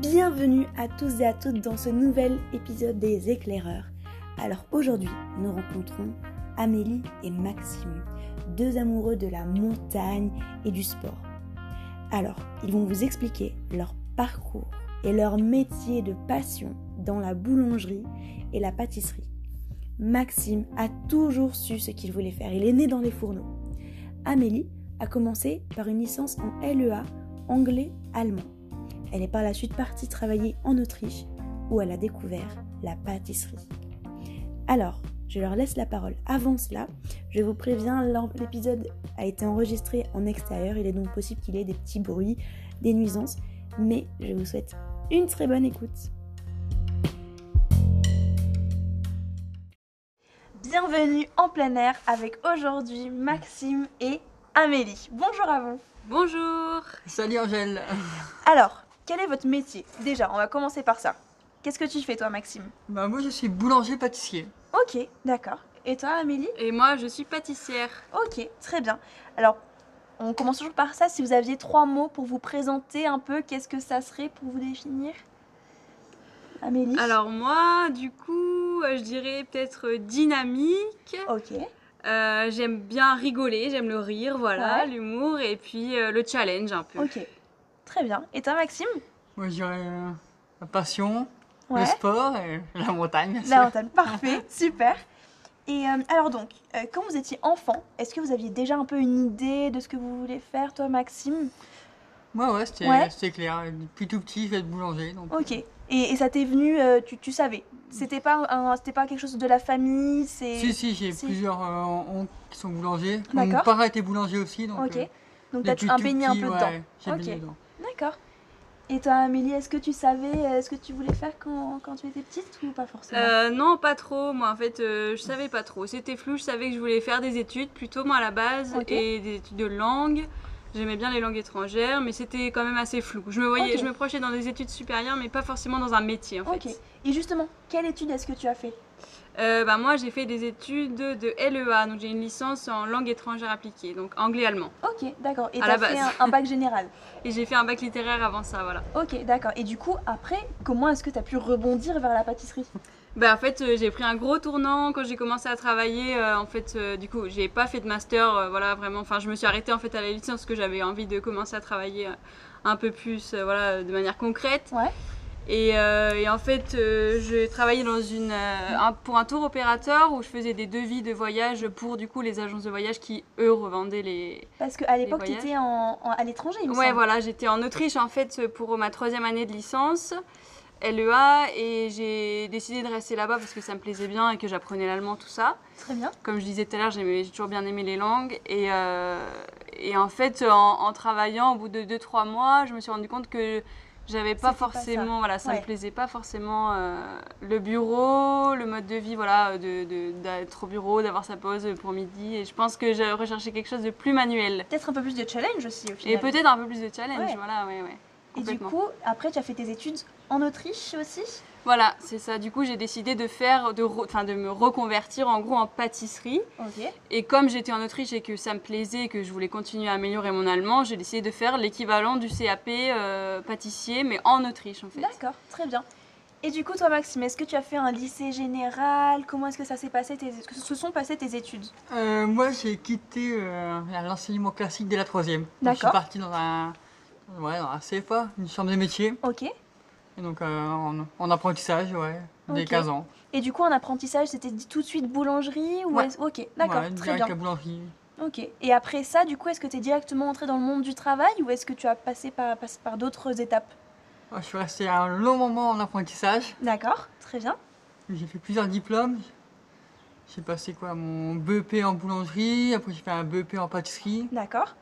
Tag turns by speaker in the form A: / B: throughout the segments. A: Bienvenue à tous et à toutes dans ce nouvel épisode des éclaireurs. Alors aujourd'hui, nous rencontrons Amélie et Maxime, deux amoureux de la montagne et du sport. Alors, ils vont vous expliquer leur parcours et leur métier de passion dans la boulangerie et la pâtisserie. Maxime a toujours su ce qu'il voulait faire, il est né dans les fourneaux. Amélie a commencé par une licence en LEA anglais-allemand. Elle est par la suite partie travailler en Autriche où elle a découvert la pâtisserie. Alors, je leur laisse la parole. Avant cela, je vous préviens, l'épisode a été enregistré en extérieur, il est donc possible qu'il y ait des petits bruits, des nuisances, mais je vous souhaite une très bonne écoute. Bienvenue en plein air avec aujourd'hui Maxime et Amélie. Bonjour à vous.
B: Bonjour
C: Salut Angèle
A: Alors, quel est votre métier Déjà, on va commencer par ça. Qu'est-ce que tu fais toi Maxime
C: Bah moi je suis boulanger-pâtissier.
A: Ok, d'accord. Et toi Amélie
B: Et moi, je suis pâtissière.
A: Ok, très bien. Alors, on commence toujours par ça. Si vous aviez trois mots pour vous présenter un peu, qu'est-ce que ça serait pour vous définir Amélie
B: Alors moi, du coup, euh, je dirais peut-être dynamique.
A: Ok,
B: Euh, j'aime bien rigoler, j'aime le rire, voilà,
A: Ouais.
B: l'humour et puis euh, le challenge un
C: Oh,
B: peu.
A: ok. Très bien. Et toi Maxime
C: Moi je dirais euh, la passion, le sport et la montagne. bien
A: La
C: sûr.
A: montagne, parfait, super. Et euh, alors donc, euh, quand vous étiez enfant, est-ce que vous aviez déjà un peu une idée de ce que vous voulez faire, toi Maxime
C: Moi ouais, c'était
A: Ouais.
C: c'était clair. Depuis tout petit je vais être boulanger. Donc...
A: Ok. Et, et ça t'est venu, euh, tu, tu savais. C'était pas, un- c'était pas quelque chose de la famille, c'est...
C: euh, Si si j'ai
A: si.
C: plusieurs euh, oncles qui sont boulangers. Mon
A: D'accord.
C: parrain était boulanger aussi donc.
A: Ok.
C: euh,
A: Donc
C: depuis
A: t'as
C: tout
A: imprégné un
C: petit,
A: peu
C: ouais,
A: dedans.
C: J'ai
A: Ok.
C: baigné dedans.
A: D'accord. Et toi Amélie, est-ce que tu savais euh, ce que tu voulais faire quand, quand tu étais petite ou pas forcément
B: Euh, non, pas trop. Moi, en fait, euh, je savais pas trop. C'était flou. Je savais que je voulais faire des études plutôt, moi, à la base,
A: Ok.
B: et des études de langue. J'aimais bien les langues étrangères, mais c'était quand même assez flou. Je me voyais,
A: Ok.
B: je me projetais dans des études supérieures, mais pas forcément dans un métier, en fait.
A: Ok. Et justement, quelle étude est-ce que tu as fait
B: Euh, bah, moi, j'ai fait des études de LEA, donc j'ai une licence en langue étrangère appliquée, donc anglais-allemand.
A: Ok, d'accord. Et
B: À
A: t'as
B: la
A: fait un,
B: base.
A: un bac général.
B: Et j'ai fait un bac littéraire avant ça, voilà.
A: Ok, d'accord. Et du coup, après, comment est-ce que t'as pu rebondir vers la pâtisserie
B: Bah, en fait, euh, j'ai pris un gros tournant quand j'ai commencé à travailler. euh, en fait, euh, du coup, j'ai pas fait de master, euh, voilà, vraiment. Enfin, je me suis arrêtée en fait à la licence parce que j'avais envie de commencer à travailler euh, un peu plus, euh, voilà, de manière concrète.
A: Ouais.
B: Et, euh, et en fait, euh, je travaillais dans une, euh, un- pour un tour opérateur où je faisais des devis de voyage pour du coup les agences de voyage qui eux revendaient les.
A: Parce qu'à l'époque,
B: voyages.
A: t'étais en, en- à l'étranger, il me
B: Ouais,
A: semble.
B: voilà, j'étais en Autriche en fait pour ma troisième année de licence. LEA et j'ai décidé de rester là-bas parce que ça me plaisait bien et que j'apprenais l'allemand, tout ça.
A: Très bien.
B: Comme je disais tout à l'heure, j'aimais- j'ai toujours bien aimé les langues. Et, euh, et en fait, en, en travaillant, au bout de 2-3 mois, je me suis rendu compte que j'avais
A: C'était
B: pas
A: pas
B: forcément. voilà, ça
A: Ouais.
B: me plaisait pas forcément euh, le bureau, le mode de vie, voilà, de- de- d'être au bureau, d'avoir sa pause pour midi. Et je pense que j'ai recherché quelque chose de plus manuel.
A: Peut-être un peu plus de challenge aussi, au
B: Et
A: final.
B: peut-être un peu plus de challenge,
A: Ouais.
B: voilà, ouais, ouais.
A: Et du
B: complètement.
A: coup, après, tu as fait tes études en Autriche aussi
B: Voilà, c'est ça. Du coup, j'ai décidé de faire, de, re- enfin, de me reconvertir en gros en pâtisserie.
A: Ok.
B: Et comme j'étais en Autriche et que ça me plaisait et que je voulais continuer à améliorer mon allemand, j'ai décidé de faire l'équivalent du CAP euh, pâtissier, mais en Autriche en fait.
A: D'accord, très bien. Et du coup, toi, Maxime, est-ce que tu as fait un lycée général Comment est-ce que ça s'est passé tes... que se sont passées tes études
C: Euh, moi j'ai quitté euh, l'enseignement classique dès la troisième. Donc, Je suis
A: D'accord.
C: partie dans un, ouais, dans un CFA, une chambre des métiers.
A: Ok.
C: Et donc euh, en, en apprentissage, ouais, dès
A: Ok.
C: 15 ans.
A: Et du coup, en apprentissage, c'était dit tout de suite boulangerie ou
C: Ouais.
A: est-ce- Ok, d'accord,
C: Ouais,
A: très
C: direct
A: bien.
C: à la boulangerie.
A: Ok. Et après ça, du coup, est-ce que tu es directement entrée dans le monde du travail ou est-ce que tu as passé par, passé par d'autres étapes
C: Je suis resté un long moment en apprentissage.
A: D'accord, très bien.
C: J'ai fait plusieurs diplômes. J'ai passé quoi Mon BEP en boulangerie, après j'ai fait un BEP en pâtisserie.
A: D'accord.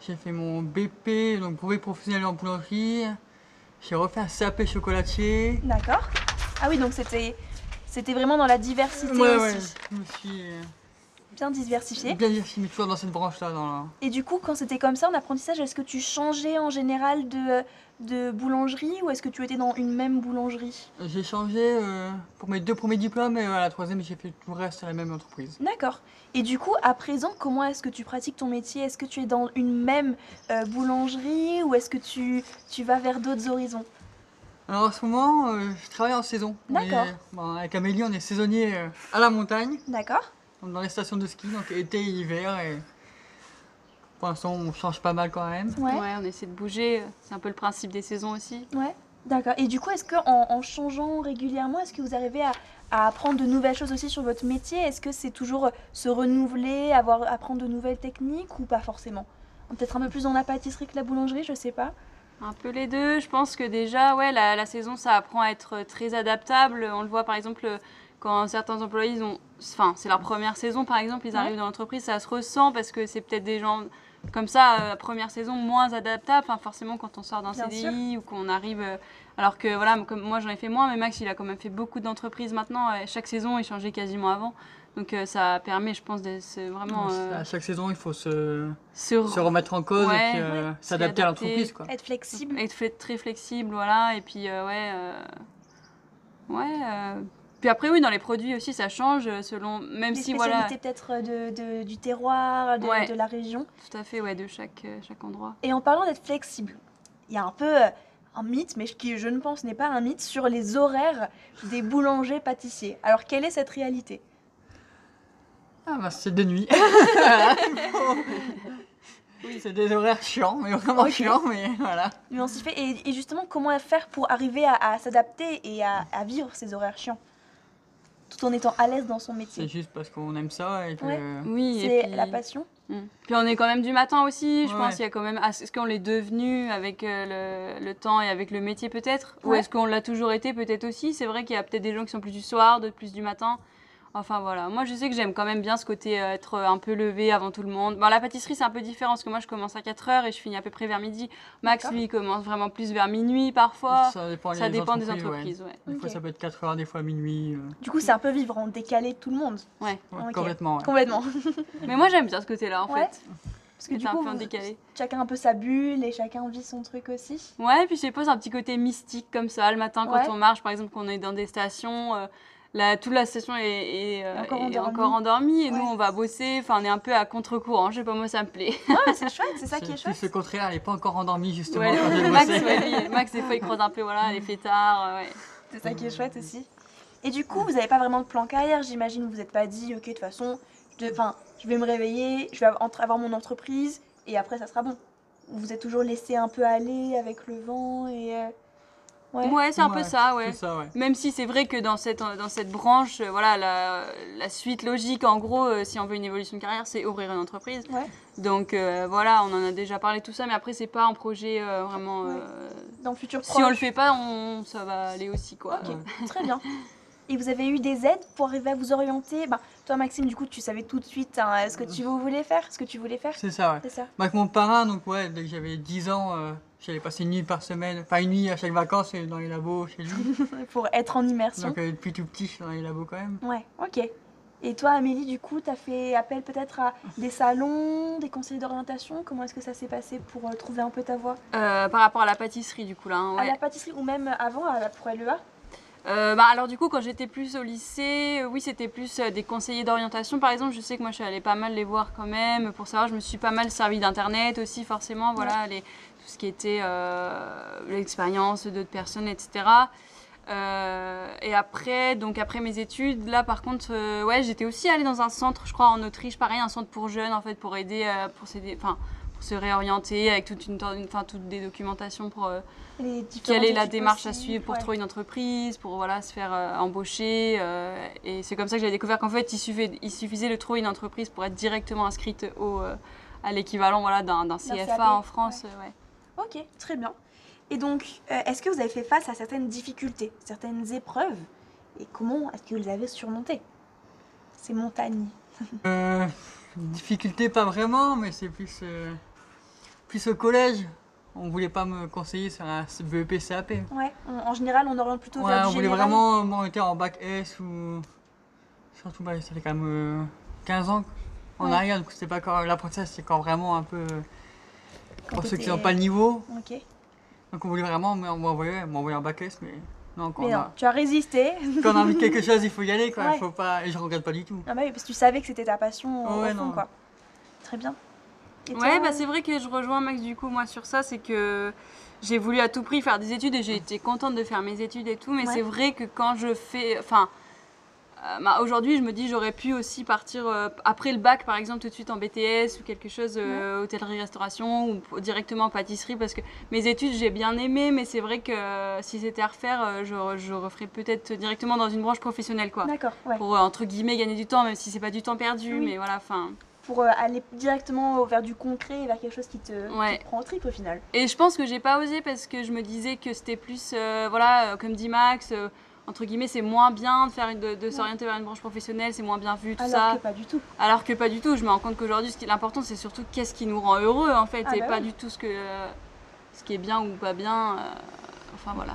C: J'ai fait mon BP, donc brevet professionnel en boulangerie. J'ai refait un CAP chocolatier.
A: D'accord. Ah oui, donc c'était c'était vraiment dans la diversité
C: Ouais, ouais,
A: aussi.
C: je me suis euh,
A: Bien diversifié.
C: bien diversifié, mais toujours dans cette branche-là. Dans la-
A: Et du coup, quand c'était comme ça en apprentissage, est-ce que tu changeais en général de, de boulangerie ou est-ce que tu étais dans une même boulangerie
C: J'ai changé euh, pour mes deux premiers diplômes et à la troisième, j'ai fait tout le reste à la même entreprise.
A: D'accord. Et du coup, à présent, comment est-ce que tu pratiques ton métier Est-ce que tu es dans une même euh, boulangerie ou est-ce que tu, tu vas vers d'autres horizons
C: Alors en ce moment, euh, je travaille en saison. On est-
A: D'accord.
C: ben, avec Amélie, on est saisonnier euh, à la montagne,
A: D'accord
C: donc dans les stations de ski, donc été et hiver. Et... Pour l'instant, on change pas mal quand même.
B: Ouais. on essaie de bouger. C'est un peu le principe des saisons aussi.
A: Ouais, d'accord. Et du coup, est-ce que en, en changeant régulièrement, est-ce que vous arrivez à, à apprendre de nouvelles choses aussi sur votre métier Est-ce que c'est toujours euh, se renouveler, avoir apprendre de nouvelles techniques ou pas forcément Peut-être un peu plus dans la pâtisserie que la boulangerie, je sais pas.
B: Un peu les deux. Je pense que déjà, ouais, la, la saison, ça apprend à être très adaptable. On le voit par exemple euh, quand certains employés, ils ont, enfin, c'est leur première saison par exemple, ils
A: Ouais.
B: arrivent dans l'entreprise, ça se ressent parce que c'est peut-être des gens comme ça, euh, première saison, moins adaptables. Enfin, forcément, quand on sort d'un
A: Bien
B: CDI ou qu'on arrive. euh, alors que voilà, comme moi j'en ai fait moins, mais Max, il a quand même fait beaucoup d'entreprises maintenant. euh, chaque saison, il changeait quasiment avant. Donc euh, ça permet, je pense, de se vraiment euh,
C: À chaque saison, il faut se,
B: se
C: se remettre en cause
B: Ouais,
C: et puis, euh,
B: s'y
C: s'adapter à
B: adapter.
C: l'entreprise. quoi.
A: Être flexible.
B: être fait très flexible, voilà. Et puis, euh, ouais. euh, ouais. euh, Puis après, oui, dans les produits aussi, ça change euh, selon.
A: Les
B: Même si,
A: spécialités
B: voilà.
A: peut-être de, de- du terroir, de,
B: Ouais.
A: de la région.
B: Tout à fait, ouais, de chaque, euh, chaque endroit.
A: Et en parlant d'être flexible, il y a un peu euh, un mythe, mais qui je ne pense n'est pas un mythe, sur les horaires des boulangers-pâtissiers. Alors quelle est cette réalité
C: Ah bah c'est de nuit. oui, c'est des horaires chiants, mais vraiment
A: Ok.
C: chiants, mais voilà.
A: Mais on s'y fait. Et, et justement, comment faire pour arriver à, à s'adapter et à, à vivre ces horaires chiants Tout en étant à l'aise dans son
C: C'est
A: métier.
C: juste parce qu'on aime ça et puis...
A: Ouais.
C: euh,
B: Oui, et
A: C'est
B: puis...
A: la passion.
B: Mm. Puis on est quand même du matin aussi, je
C: Ouais.
B: pense. Il y a quand même. ah, Est-ce qu'on l'est devenu avec euh, le, le temps et avec le métier peut-être Ou
A: Ouais.
B: est-ce qu'on l'a toujours été peut-être aussi C'est vrai qu'il y a peut-être des gens qui sont plus du soir, d'autres plus du matin. Enfin voilà. Moi je sais que j'aime quand même bien ce côté euh, être un peu levé avant tout le monde. Bon, la pâtisserie c'est un peu différent parce que moi je commence à 4 heures et je finis à peu près vers midi. Max
A: D'accord.
B: lui il commence vraiment plus vers minuit parfois.
C: ça dépend,
B: Ça dépend des
C: ouais.
B: entreprises, ouais.
C: Des fois
A: Ok.
C: ça peut être 4 heures, des fois minuit, euh,
A: Du
B: Mm.
A: coup, c'est un peu vivre en décalé de tout le monde.
C: ouais,
A: Ok.
C: complètement. ouais.
A: Complètement.
B: Mais moi j'aime bien ce côté-là en
A: Ouais.
B: fait.
A: Parce
B: Que t'es un peu en
A: vous-
B: décalé.
A: chacun un peu sa bulle et chacun vit son truc aussi.
B: Ouais, puis je sais pas, c'est un petit côté mystique comme ça. Le matin, quand
A: Ouais.
B: on marche, par exemple, qu'on est dans des stations, euh, la, toute la station est, est, euh,
A: Et encore
B: est
A: endormie.
B: encore endormie. Et nous,
A: Ouais.
B: on va bosser. Enfin, on est un peu à contre-courant. Je sais pas, moi, ça me plaît.
A: Ah, mais c'est chouette, c'est ça qui est
C: C'est
A: chouette.
C: ce contraire, elle n'est pas encore endormie justement
B: Ouais,
C: quand j'ai
B: Max,
C: bossé.
B: ouais, lui, Max, des fois, il croise un peu, voilà, les fêtards. euh, ouais.
A: C'est ça qui est chouette aussi. Et du coup, vous n'avez pas vraiment de plan carrière, j'imagine. Vous n'êtes pas dit, ok, de toute façon, je, de- enfin, je vais me réveiller, je vais av- entre- avoir mon entreprise et après, ça sera bon. Vous êtes toujours laissé un peu aller avec le vent et. euh, Ouais.
B: Ouais, c'est un peu
C: Ouais,
B: ça, ouais.
C: C'est ça, ouais.
B: Même si c'est vrai que dans cette, dans cette branche, euh, voilà, la, la suite logique, en gros, euh, si on veut une évolution de carrière, c'est ouvrir une entreprise.
A: Ouais.
B: Donc euh, voilà, on en a déjà parlé tout ça, mais après, c'est pas un projet euh, vraiment
A: Ouais.
B: euh,
A: dans le futur
B: Si on le
A: proche.
B: fait pas, on, ça va aller aussi quoi.
A: Ok, très bien. Et vous avez eu des aides pour arriver à vous orienter bah, Toi, Maxime, du coup, tu savais tout de suite hein, ce que tu voulais faire, ce que tu voulais faire,
C: C'est ça, ouais.
A: c'est ça
C: Bah, Avec mon parrain, donc ouais, dès que j'avais 10 ans, euh, j'allais passer une nuit par semaine, enfin une nuit à chaque vacances euh, dans les labos chez lui.
A: Pour être en immersion.
C: donc euh, depuis tout petit, je suis dans les labos quand même.
A: Ouais, ok. Et toi, Amélie, du coup, tu as fait appel peut-être à des salons, des conseillers d'orientation Comment est-ce que ça s'est passé pour euh, trouver un peu ta voie
B: Euh, par rapport à la pâtisserie du coup là. hein,
A: À
B: ouais.
A: la pâtisserie ou même avant, à la, pour LEA
B: Euh, bah, alors du coup quand j'étais plus au lycée, euh, oui c'était plus euh, des conseillers d'orientation par exemple. Je sais que moi je suis allée pas mal les voir quand même pour savoir. Je me suis pas mal servi d'internet aussi forcément. Voilà les, tout ce qui était euh, l'expérience d'autres personnes etc. Euh, et après donc après mes études là par contre euh, ouais j'étais aussi allée dans un centre je crois en Autriche pareil un centre pour jeunes en fait pour aider euh, pour s'aider enfin pour se réorienter avec toute une, une enfin toutes des documentations pour euh,
A: les
B: quelle
A: différentes
B: est la
A: études
B: démarche à
A: possibles,
B: suivre pour
A: ouais.
B: trouver une entreprise, pour voilà, se faire euh, embaucher. euh, et c'est comme ça que j'ai découvert qu'en fait, il suffisait, il suffisait de trouver une entreprise pour être directement inscrite au, euh, à l'équivalent voilà, d'un d'un CFA
A: CAP,
B: en France. euh, ouais.
A: Ok, très bien. Et donc, euh, est-ce que vous avez fait face à certaines difficultés, certaines épreuves Et comment est-ce que vous les avez surmontées Ces montagnes.
C: Euh, difficulté, pas vraiment, mais c'est plus, euh, plus au collège. On voulait pas me conseiller sur un E BEP CAP. Ouais,
A: Ouais, on- en général, on oriente plutôt vers
C: on
A: du
C: voulait
A: général.
C: vraiment m'orienter en bac S ou. Surtout, bah, ça fait quand même euh, 15 ans en
A: Ouais.
C: arrière, donc c'était pas quand. L'apprentissage, c'est quand vraiment un peu. euh,
A: quand
C: Pour ceux qui
A: t'étais-
C: n'ont pas le niveau.
A: Ok.
C: Donc on voulait vraiment mais on m'envoyait m'envoyait en bac S, mais non, quand,
A: Mais
C: on,
A: non,
C: A,
A: tu as résisté.
C: quand on a envie de quelque chose, il faut y aller, quoi.
A: Ouais.
C: Faut pas... Et je regrette pas du tout.
A: Ah bah oui, parce que tu savais que c'était ta passion euh,
C: Ouais,
A: au fond,
C: non.
A: quoi. Très bien. Et toi, euh,
B: Ouais, bah c'est vrai que je rejoins Max du coup moi sur ça, c'est que j'ai voulu à tout prix faire des études et j'ai été contente de faire mes études et tout, mais
A: Ouais.
B: c'est vrai que quand je fais, enfin, euh, bah, aujourd'hui je me dis j'aurais pu aussi partir euh, après le bac par exemple tout de suite en BTS ou quelque chose euh, hôtellerie-restauration ou p- directement en pâtisserie parce que mes études j'ai bien aimé, mais c'est vrai que euh, si c'était à refaire, euh, je, re- je referais peut-être directement dans une branche professionnelle quoi,
A: D'accord, ouais.
B: pour euh, entre guillemets gagner du temps même si c'est pas du temps perdu,
A: Oui.
B: mais voilà, enfin.
A: Pour euh, aller directement vers du concret et vers quelque chose qui te, qui
B: Ouais.
A: te prend au trip au final.
B: Et je pense que j'ai pas osé parce que je me disais que c'était plus, euh, voilà, euh, comme dit Max, euh, entre guillemets, c'est moins bien de faire une- de, de s'orienter vers une branche professionnelle, c'est moins bien vu tout
A: Alors
B: ça.
A: que pas du tout.
B: Alors que pas du tout. Je me rends compte qu'aujourd'hui, ce qui est l'important, c'est surtout qu'est-ce qui nous rend heureux en fait,
A: Ah
B: et
A: bah
B: pas
A: oui.
B: du tout ce que, euh, ce qui est bien ou pas bien. euh, enfin voilà.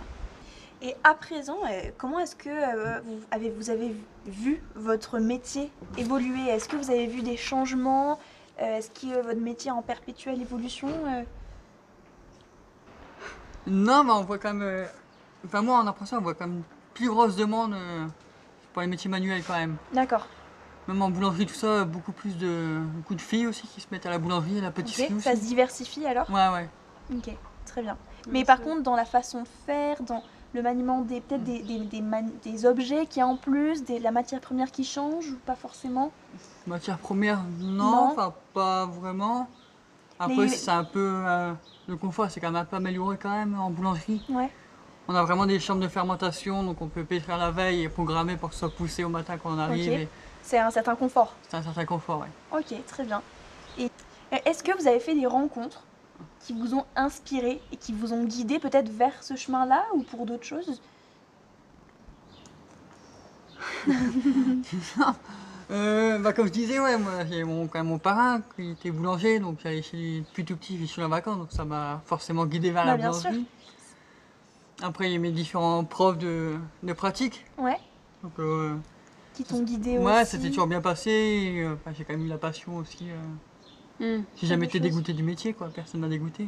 A: Et à présent, euh, comment est-ce que euh, vous, avez, vous avez vu votre métier évoluer Est-ce que vous avez vu des changements Euh, Est-ce que euh, votre métier est en perpétuelle évolution Euh,
C: Non, mais on voit quand même. euh, Enfin, moi, en impression, on voit quand même plus grosse demande euh, pour les métiers manuels quand même.
A: D'accord.
C: Même en boulangerie, tout ça, beaucoup plus de, beaucoup de filles aussi qui se mettent à la boulangerie, à la
A: Ok.
C: pâtisserie aussi.
A: Ça se diversifie alors
C: Ouais, ouais.
A: Ok, très bien. Mais par contre, dans la façon de faire, dans le maniement des peut-être des, des, des man- des objets qu'il y a en plus, des, la matière première qui change ou pas forcément
C: Matière première,
A: Non.
C: non, enfin, pas vraiment. Après,
A: Les-
C: c'est un peu. euh, le confort, c'est quand même un peu amélioré quand même en boulangerie.
A: Ouais.
C: On a vraiment des chambres de fermentation, donc on peut pétrir la veille et programmer pour que ce soit poussé au matin quand on arrive.
A: Ok.
C: et
A: C'est un certain confort.
C: C'est un certain confort, ouais.
A: Ok, très bien. Et euh, est-ce que vous avez fait des rencontres qui vous ont inspiré et qui vous ont guidé peut-être vers ce chemin-là ou pour d'autres choses
C: Euh, bah, comme je disais, ouais, moi j'ai mon, quand même mon parrain qui était boulanger, donc j'allais chez lui depuis tout petit, je suis en vacances, donc ça m'a forcément guidé vers
A: Bah,
C: la
A: bien sûr.
C: boulangerie. Après, il y a mes différents profs de, de pratique.
A: Ouais.
C: Donc, euh,
A: Qui t'ont guidé
C: ouais,
A: aussi
C: c'était toujours bien passé. et, euh, bah, j'ai quand même eu la passion aussi. euh,
B: Hmm.
C: j'ai jamais
A: des
C: été
A: choses.
C: dégoûté du métier, quoi. Personne m'a dégoûté.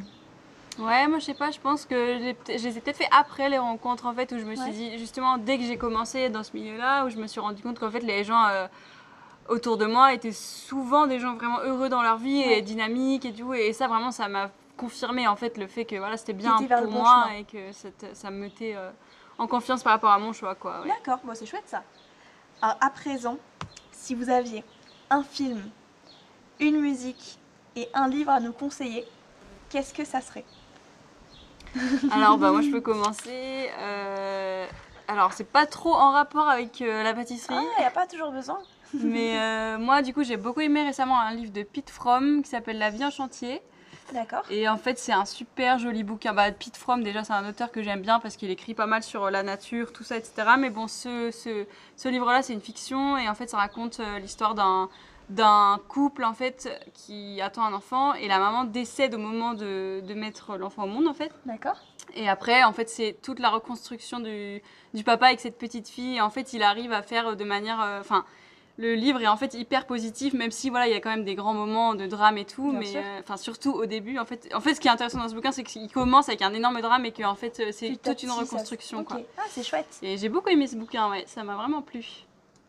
B: Ouais, moi je sais pas, je pense que je l'ai peut-être- je les ai peut-être fait après les rencontres en fait, où je me suis
A: Ouais.
B: dit, justement, dès que j'ai commencé dans ce milieu-là, où je me suis rendu compte qu'en fait les gens euh, autour de moi étaient souvent des gens vraiment heureux dans leur vie
A: Ouais.
B: et dynamiques et tout, et ça vraiment ça m'a confirmé en fait le fait que voilà, c'était bien
A: T'étais vers le
B: pour
A: bon
B: moi
A: chemin.
B: et que cette- ça me mettait euh, en confiance par rapport à mon choix quoi. ouais.
A: D'accord, bon, c'est chouette ça. Alors, à présent, si vous aviez un film, une musique et un livre à nous conseiller, qu'est-ce que ça serait
B: Alors bah moi je peux commencer. euh, Alors c'est pas trop en rapport avec euh, la pâtisserie.
A: Ah, il n'y a pas toujours besoin.
B: Mais euh, moi, du coup, j'ai beaucoup aimé récemment un livre de Pete Fromm qui s'appelle La vie en chantier.
A: D'accord.
B: Et en fait, c'est un super joli bouquin. Bah, Pete Fromm, déjà, c'est un auteur que j'aime bien parce qu'il écrit pas mal sur euh, la nature, tout ça, etc. Mais bon, ce, ce, ce livre-là, c'est une fiction et en fait, ça raconte euh, l'histoire d'un d'un couple en fait qui attend un enfant et la maman décède au moment de, de mettre l'enfant au monde en fait
A: D'accord.
B: et après, en fait, c'est toute la reconstruction du, du papa avec cette petite fille. Et en fait, il arrive à faire de manière. euh, Enfin, le livre est en fait hyper positif, même si voilà, il y a quand même des grands moments de drame et tout.
A: Bien
B: mais
A: sûr.
B: euh, enfin, surtout au début, en fait, en fait, ce qui est intéressant dans ce bouquin, c'est qu'il commence avec un énorme drame et que en fait, euh, c'est
A: Petit à
B: toute
A: petit,
B: une
A: ça se-
B: reconstruction.
A: Ok.
B: Quoi.
A: Ah, c'est chouette.
B: Et j'ai beaucoup aimé ce bouquin, ouais, ça m'a vraiment plu.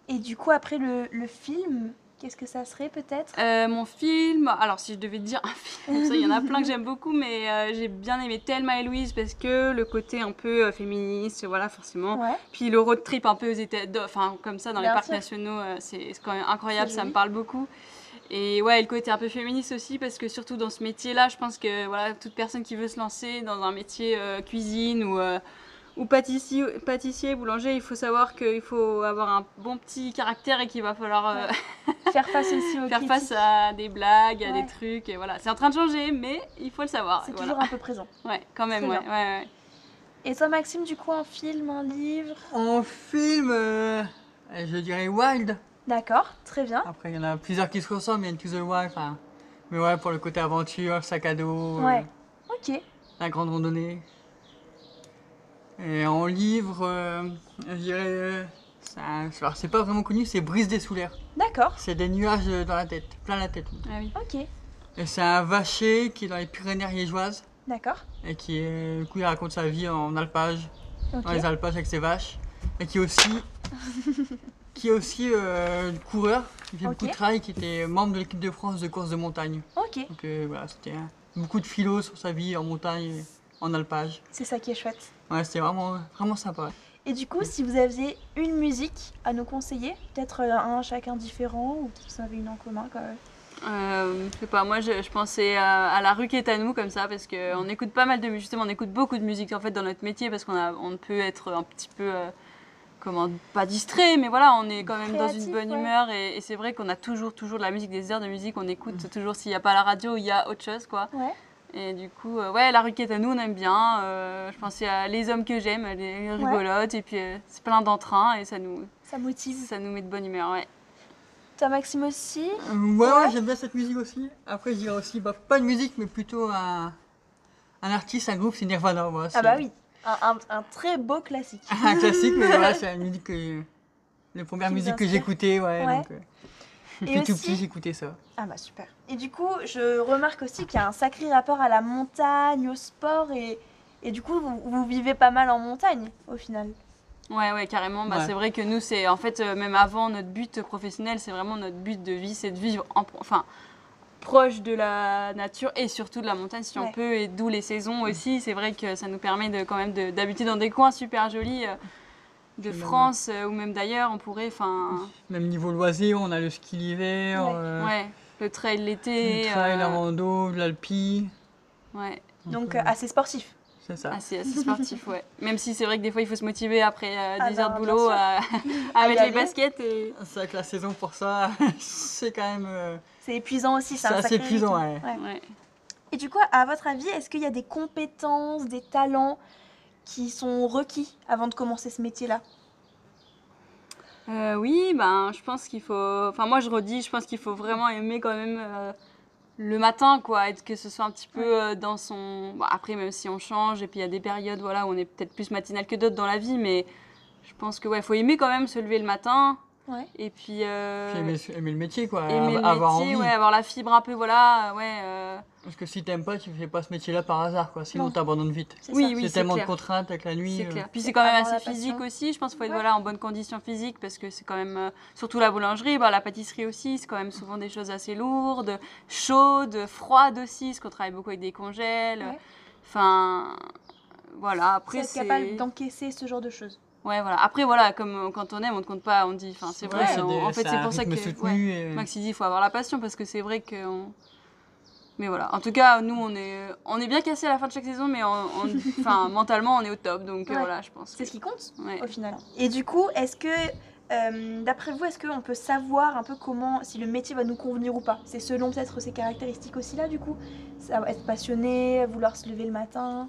A: Et du coup, après le, le film, qu'est-ce que ça serait peut-être
B: Euh, mon film, alors si je devais dire un film, ça, il y en a plein que j'aime beaucoup, mais euh, j'ai bien aimé Thelma et Louise parce que le côté un peu euh, féministe, voilà, forcément.
A: Ouais.
B: Puis le road trip un peu aux États, de- enfin comme ça dans
A: Bien
B: les parcs
A: sûr.
B: nationaux, euh, c'est c'est quand même incroyable,
A: C'est
B: ça me
A: joli.
B: parle beaucoup. Et ouais, et le côté un peu féministe aussi, parce que surtout dans ce métier-là, je pense que voilà, toute personne qui veut se lancer dans un métier euh, cuisine ou, euh, ou pâtissier, pâtissier, boulanger, il faut savoir qu'il faut avoir un bon petit caractère et qu'il va falloir euh,
A: Faire face aussi aux
B: faire
A: critiques.
B: face à des blagues, à
A: Ouais.
B: des trucs. Et voilà, c'est en train de changer, mais il faut le savoir.
A: C'est
B: voilà.
A: toujours un peu présent.
B: Ouais, quand même,
A: Très
B: ouais,
A: bien.
B: ouais, ouais.
A: Et toi, Maxime, du coup, un film, un livre
C: En film, euh, je dirais Wild.
A: D'accord, très bien.
C: Après, il y en a plusieurs qui se ressemblent, il y a Into the Wild. enfin, Mais ouais, pour le côté aventure, sac à dos. euh,
A: Ouais. Ok.
C: La grande randonnée. Et en livre, euh, je dirais. euh, c'est un- alors, c'est pas vraiment connu, c'est Brise des Soulaires.
A: D'accord.
C: C'est des nuages euh, dans la tête, plein la tête.
B: Ah oui.
A: Ok.
C: Et c'est un vacher qui est dans les Pyrénées liégeoises
A: D'accord.
C: et qui, euh, du coup, il raconte sa vie en alpage,
A: Ok.
C: dans les alpages avec ses vaches. Et qui aussi qui est aussi euh, coureur, qui fait
A: Ok.
C: beaucoup de travail, qui était membre de l'équipe de France de course de montagne.
A: Ok,
C: Donc euh, voilà, c'était euh, beaucoup de philo sur sa vie en montagne, en alpage.
A: c'est ça qui est chouette.
C: Ouais, c'était vraiment, vraiment sympa.
A: Et du coup, si vous aviez une musique à nous conseiller, peut-être euh, un chacun différent ou peut-être vous en avez une en commun quand même.
B: Euh, je sais pas, moi je, je pensais à, à la rue qui est à nous comme ça parce qu'on écoute pas mal de musique, justement on écoute beaucoup de musique en fait dans notre métier parce qu'on a- on peut être un petit peu, euh, comment, pas distrait mais voilà on est quand même dans
A: Créatif,
B: une bonne
A: ouais.
B: humeur et, et c'est vrai qu'on a toujours toujours de la musique, des heures de musique, on écoute toujours s'il n'y a pas la radio il y a autre chose quoi.
A: Ouais.
B: Et du coup, euh, ouais, la rue qui est à nous on aime bien, Euh, je pensais à Les hommes que j'aime, elle est rigolote et puis euh, c'est plein d'entrain et ça nous,
A: Ça motive.
B: ça nous met de bonne humeur, ouais.
A: Toi, Maxime aussi
C: Euh, ouais,
A: Ouais.
C: ouais, j'aime bien cette musique aussi. Après, je dirais aussi, bah, pas de musique, mais plutôt un, un artiste, un groupe, c'est Nirvana. voilà,
A: Ah
C: c'est-
A: bah oui, un, un- un très beau classique.
C: un classique, mais voilà, c'est la musique que. La première
A: Qui vous
C: musique que
A: inspire.
C: j'écoutais, ouais.
A: Ouais.
C: Donc, euh,
A: Et
C: depuis tout
A: aussi-
C: petit, j'écoutais ça.
A: Ah bah super. Et du coup, je remarque aussi qu'il y a un sacré rapport à la montagne, au sport et, et du coup, vous, vous vivez pas mal en montagne au final.
B: Ouais, ouais, carrément. Bah,
C: Ouais.
B: C'est vrai que nous, c'est en fait, euh, même avant notre but professionnel, c'est vraiment notre but de vie, c'est de vivre en, pro- enfin, proche de la nature et surtout de la montagne si
A: Ouais.
B: on peut, et d'où les saisons
C: Mm.
B: aussi. C'est vrai que ça nous permet de, quand même de- d'habiter dans des coins super jolis euh, de
C: Puis même-
B: France euh, ou même d'ailleurs. On pourrait, enfin,
C: Même niveau loisir, on a le ski l'hiver,
A: Ouais.
C: euh,
B: ouais, le trail l'été.
C: le trail, la
B: euh,
C: rando, l'alpi.
B: ouais,
A: Donc
C: euh,
A: euh, assez sportif.
C: c'est ça.
B: assez, assez sportif, ouais. Même si c'est vrai que des fois, il faut se motiver après euh,
A: Ah
B: des heures
A: bah,
B: de
A: bien
B: boulot
A: sûr.
B: à,
A: À
B: à
A: y
B: mettre les
A: aller.
B: baskets et.
C: C'est vrai que la saison pour ça, c'est quand même. euh,
A: C'est épuisant aussi,
C: c'est
A: c'est un
C: assez
A: sacré
C: épuisant,
A: rythme.
C: ouais.
B: Ouais.
A: Et du coup, à votre avis, est-ce qu'il y a des compétences, des talents qui sont requis avant de commencer ce métier-là
B: Euh, oui, ben, je pense qu'il faut. Enfin, moi, je redis, je pense qu'il faut vraiment aimer quand même euh, le matin, quoi. Et que ce soit un petit peu euh, dans son. Bon, après, même si on change, et puis il y a des périodes voilà, où on est peut-être plus matinal que d'autres dans la vie, mais je pense que, ouais, faut aimer quand même se lever le matin.
A: Ouais.
B: Et puis. euh,
C: Puis aimer, aimer le métier, quoi.
B: aimer le
C: av- avoir
B: métier,
C: envie.
B: ouais, avoir la fibre un peu, voilà, euh, ouais. euh,
C: Parce que si t'aimes pas, tu fais pas ce métier-là par hasard, quoi. Sinon,
A: Non.
C: t'abandonnes vite.
A: C'est
B: Oui,
A: ça.
B: oui,
C: c'est
B: c'est
C: tellement
B: clair.
C: de contraintes avec la nuit.
B: C'est
C: euh,
B: clair. Puis c'est quand même
A: avoir la
B: assez physique
A: passion.
B: aussi. Je pense qu'il faut être
A: Ouais.
B: voilà, en bonne condition physique parce que c'est quand même. euh, surtout la boulangerie, bah, la pâtisserie aussi, c'est quand même souvent des choses assez lourdes, chaudes, froides aussi, parce qu'on travaille beaucoup avec des congèles.
A: Ouais.
B: Enfin. Voilà,
A: Faut
B: après
A: être
B: c'est.
A: capable d'encaisser ce genre de choses.
B: Ouais, voilà. Après, voilà, comme euh, quand on aime, on ne compte pas, on dit. Enfin, c'est vrai,
C: ouais, c'est
B: on-
C: des-
B: en fait, c'est
C: un
B: pour ça que.
C: rythme
B: ouais.
C: soutenu et-
B: Maxi dit, il faut avoir la passion parce que c'est vrai que. on- Mais voilà, en tout cas, nous, on est, on est bien cassé à la fin de chaque saison, mais on- on- enfin, mentalement, on est au top. Donc euh,
A: Ouais.
B: voilà, je pense.
A: C'est
B: que-
A: ce qui compte
B: Ouais.
A: au final. Et du coup, est-ce que, euh, d'après vous, est-ce qu'on peut savoir un peu comment, si le métier va nous convenir ou pas C'est selon peut-être ces caractéristiques aussi là, du coup Ça va être passionné, vouloir se lever le matin.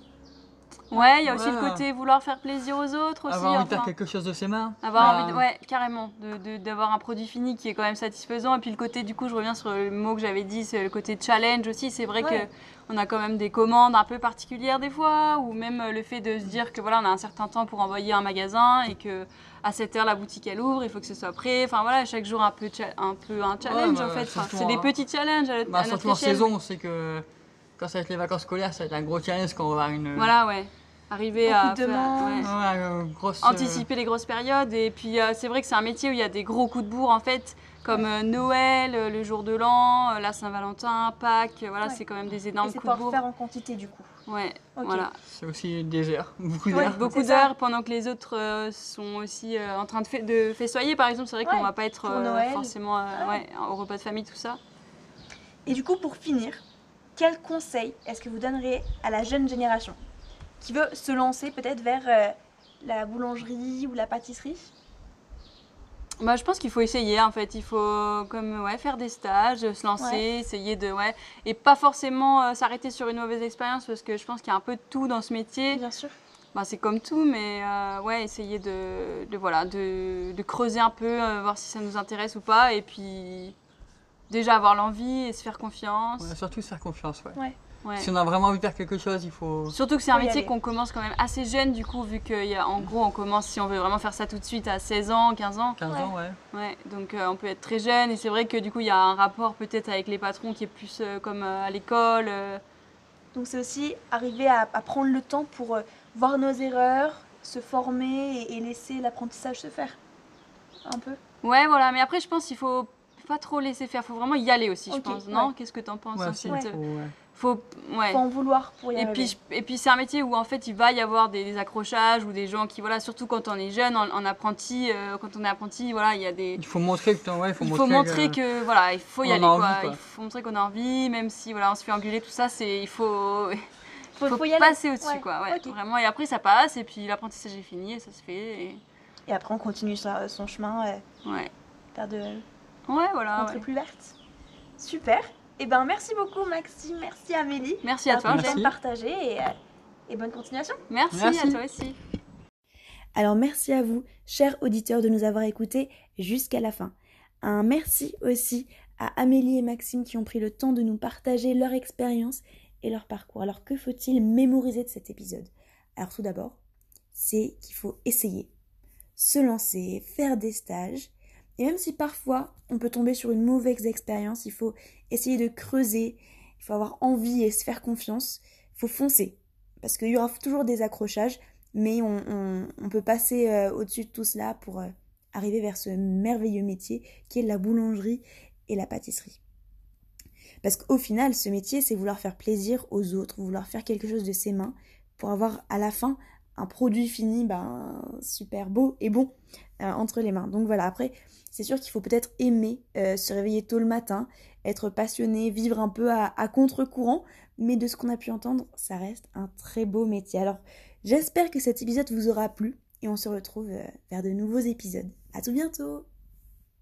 B: Ouais, il y a aussi
C: Ouais.
B: le côté vouloir faire plaisir aux autres aussi. hein,
C: Avoir envie de
B: enfin,
C: faire quelque chose de ses mains.
B: avoir
C: Bah,
B: envie de- ouais, carrément, de- de- d'avoir un produit fini qui est quand même satisfaisant. Et puis le côté, du coup, je reviens sur le mot que j'avais dit, c'est le côté challenge aussi. C'est vrai
A: Ouais.
B: que on a quand même des commandes un peu particulières des fois, ou même euh, le fait de se dire que voilà, on a un certain temps pour envoyer un magasin et que à 7 heure la boutique elle ouvre, il faut que ce soit prêt. Enfin voilà, chaque jour un peu, cha- un peu un challenge
C: bah,
B: en fait.
C: surtout
B: Enfin, c'est des
C: en-
B: petits challenges à,
C: Bah,
B: à notre
C: surtout en
B: échelle.
C: saison, on sait que quand ça va être les vacances scolaires, ça va être un gros challenge quand on va avoir une,
B: Voilà, ouais. Arriver
A: Beaucoup
B: à
A: de
B: faire-
A: demandes.
B: ouais.
C: ouais, une grosse. euh,
B: anticiper les grosses périodes. Et puis, euh, c'est vrai que c'est un métier où il y a des gros coups de bourre, en fait, comme euh, Noël, euh, le jour de l'an, euh, la Saint-Valentin, Pâques. euh, voilà,
A: Ouais.
B: c'est quand même des
A: Et
B: énormes
A: c'est
B: coups de
A: pour
B: bourre.
A: faire en quantité du coup.
B: Ouais,
A: Ok.
B: voilà.
C: c'est aussi des heures, beaucoup
A: Ouais,
C: d'heures.
B: Beaucoup
A: ça.
B: d'heures pendant que les autres euh, sont aussi euh, en train de, fe- de festoyer, par exemple. C'est vrai
A: Ouais,
B: qu'on va pas être
A: pour
B: euh,
A: Noël.
B: forcément euh,
A: Ouais.
B: ouais, au repas de famille, tout ça.
A: Et du coup, pour finir, quel conseil est-ce que vous donneriez à la jeune génération qui veut se lancer peut-être vers euh, la boulangerie ou la pâtisserie
B: Bah, je pense qu'il faut essayer en fait, il faut comme ouais, faire des stages, se lancer,
A: Ouais.
B: essayer de ouais et pas forcément euh, s'arrêter sur une mauvaise expérience parce que je pense qu'il y a un peu de tout dans ce métier.
A: Bien sûr.
B: Bah, c'est comme tout, mais euh, ouais, essayer de, de, voilà, de, de creuser un peu, euh, voir si ça nous intéresse ou pas, et puis déjà avoir l'envie et se faire confiance.
C: Ouais, surtout se faire confiance. Ouais.
B: Ouais.
C: Si on a vraiment envie de faire quelque chose, il faut.
B: Surtout que c'est un
A: Faut y
B: métier
A: aller.
B: qu'on commence quand même assez jeune, du coup, vu qu'en gros, on commence, si on veut vraiment faire ça tout de suite, à 16 ans, 15 ans.
C: 15 ans, ouais.
B: Ouais, donc euh, on peut être très jeune, et c'est vrai que du coup, il y a un rapport peut-être avec les patrons qui est plus euh, comme euh, à l'école. euh,
A: Donc c'est aussi arriver à, à prendre le temps pour euh, voir nos erreurs, se former et, et laisser l'apprentissage se faire. Un peu.
B: Ouais, voilà, mais après, je pense qu'il faut pas trop laisser faire, faut vraiment y aller aussi,
D: Ok,
B: je pense.
D: ouais.
B: Non Qu'est-ce que t'en penses
C: Ouais, si,
B: ensuite
D: Ouais.
C: faut, ouais.
B: Faut. Ouais.
D: Faut en vouloir pour y
B: Et
D: arriver.
B: puis, je- et puis c'est un métier où en fait il va y avoir des, des accrochages ou des gens qui voilà surtout quand on est jeune en, en apprenti euh, quand on est apprenti voilà il y a des
C: Il faut montrer que t'en- ouais, il faut
B: il
C: montrer,
B: faut montrer que voilà il faut y
C: on a
B: aller
C: envie,
B: quoi.
C: quoi.
B: il faut montrer qu'on a envie même si voilà on se fait engueuler tout ça c'est il faut
D: faut,
B: faut
D: faut y aller.
B: passer au-dessus
D: Ouais,
B: quoi ouais,
D: ok.
B: vraiment et après ça passe et puis l'apprentissage est fini et ça se fait et-
D: Et après, on continue sur son chemin euh,
B: ouais
D: vers de
B: ouais voilà
D: rentrées
B: Ah ouais.
D: plus vertes. Super. Et
A: Eh
D: ben, merci beaucoup, Maxime. Merci, Amélie.
B: merci à toi
D: Merci.
B: Jeanne.
C: Merci.
D: partager et, euh, et bonne continuation.
B: merci,
C: Merci.
B: à toi aussi
A: Alors merci à vous, chers auditeurs, de nous avoir écoutés jusqu'à la fin. Un merci aussi à Amélie et Maxime qui ont pris le temps de nous partager leur expérience et leur parcours. Alors que faut-il mémoriser de cet épisode Alors tout d'abord, c'est qu'il faut essayer, se lancer, faire des stages. Et même si parfois on peut tomber sur une mauvaise expérience, il faut essayer de creuser, il faut avoir envie et se faire confiance, il faut foncer. Parce qu'il y aura toujours des accrochages mais on, on- on peut passer euh, au-dessus de tout cela pour euh, arriver vers ce merveilleux métier qui est la boulangerie et la pâtisserie. Parce qu'au final, ce métier, c'est vouloir faire plaisir aux autres, vouloir faire quelque chose de ses mains pour avoir à la fin un produit fini, ben, super beau et bon euh, entre les mains. Donc voilà, après, c'est sûr qu'il faut peut-être aimer euh, se réveiller tôt le matin, être passionné, vivre un peu à- à contre-courant, mais de ce qu'on a pu entendre, ça reste un très beau métier. Alors, J'espère que cet épisode vous aura plu et on se retrouve euh, vers de nouveaux épisodes. À tout bientôt!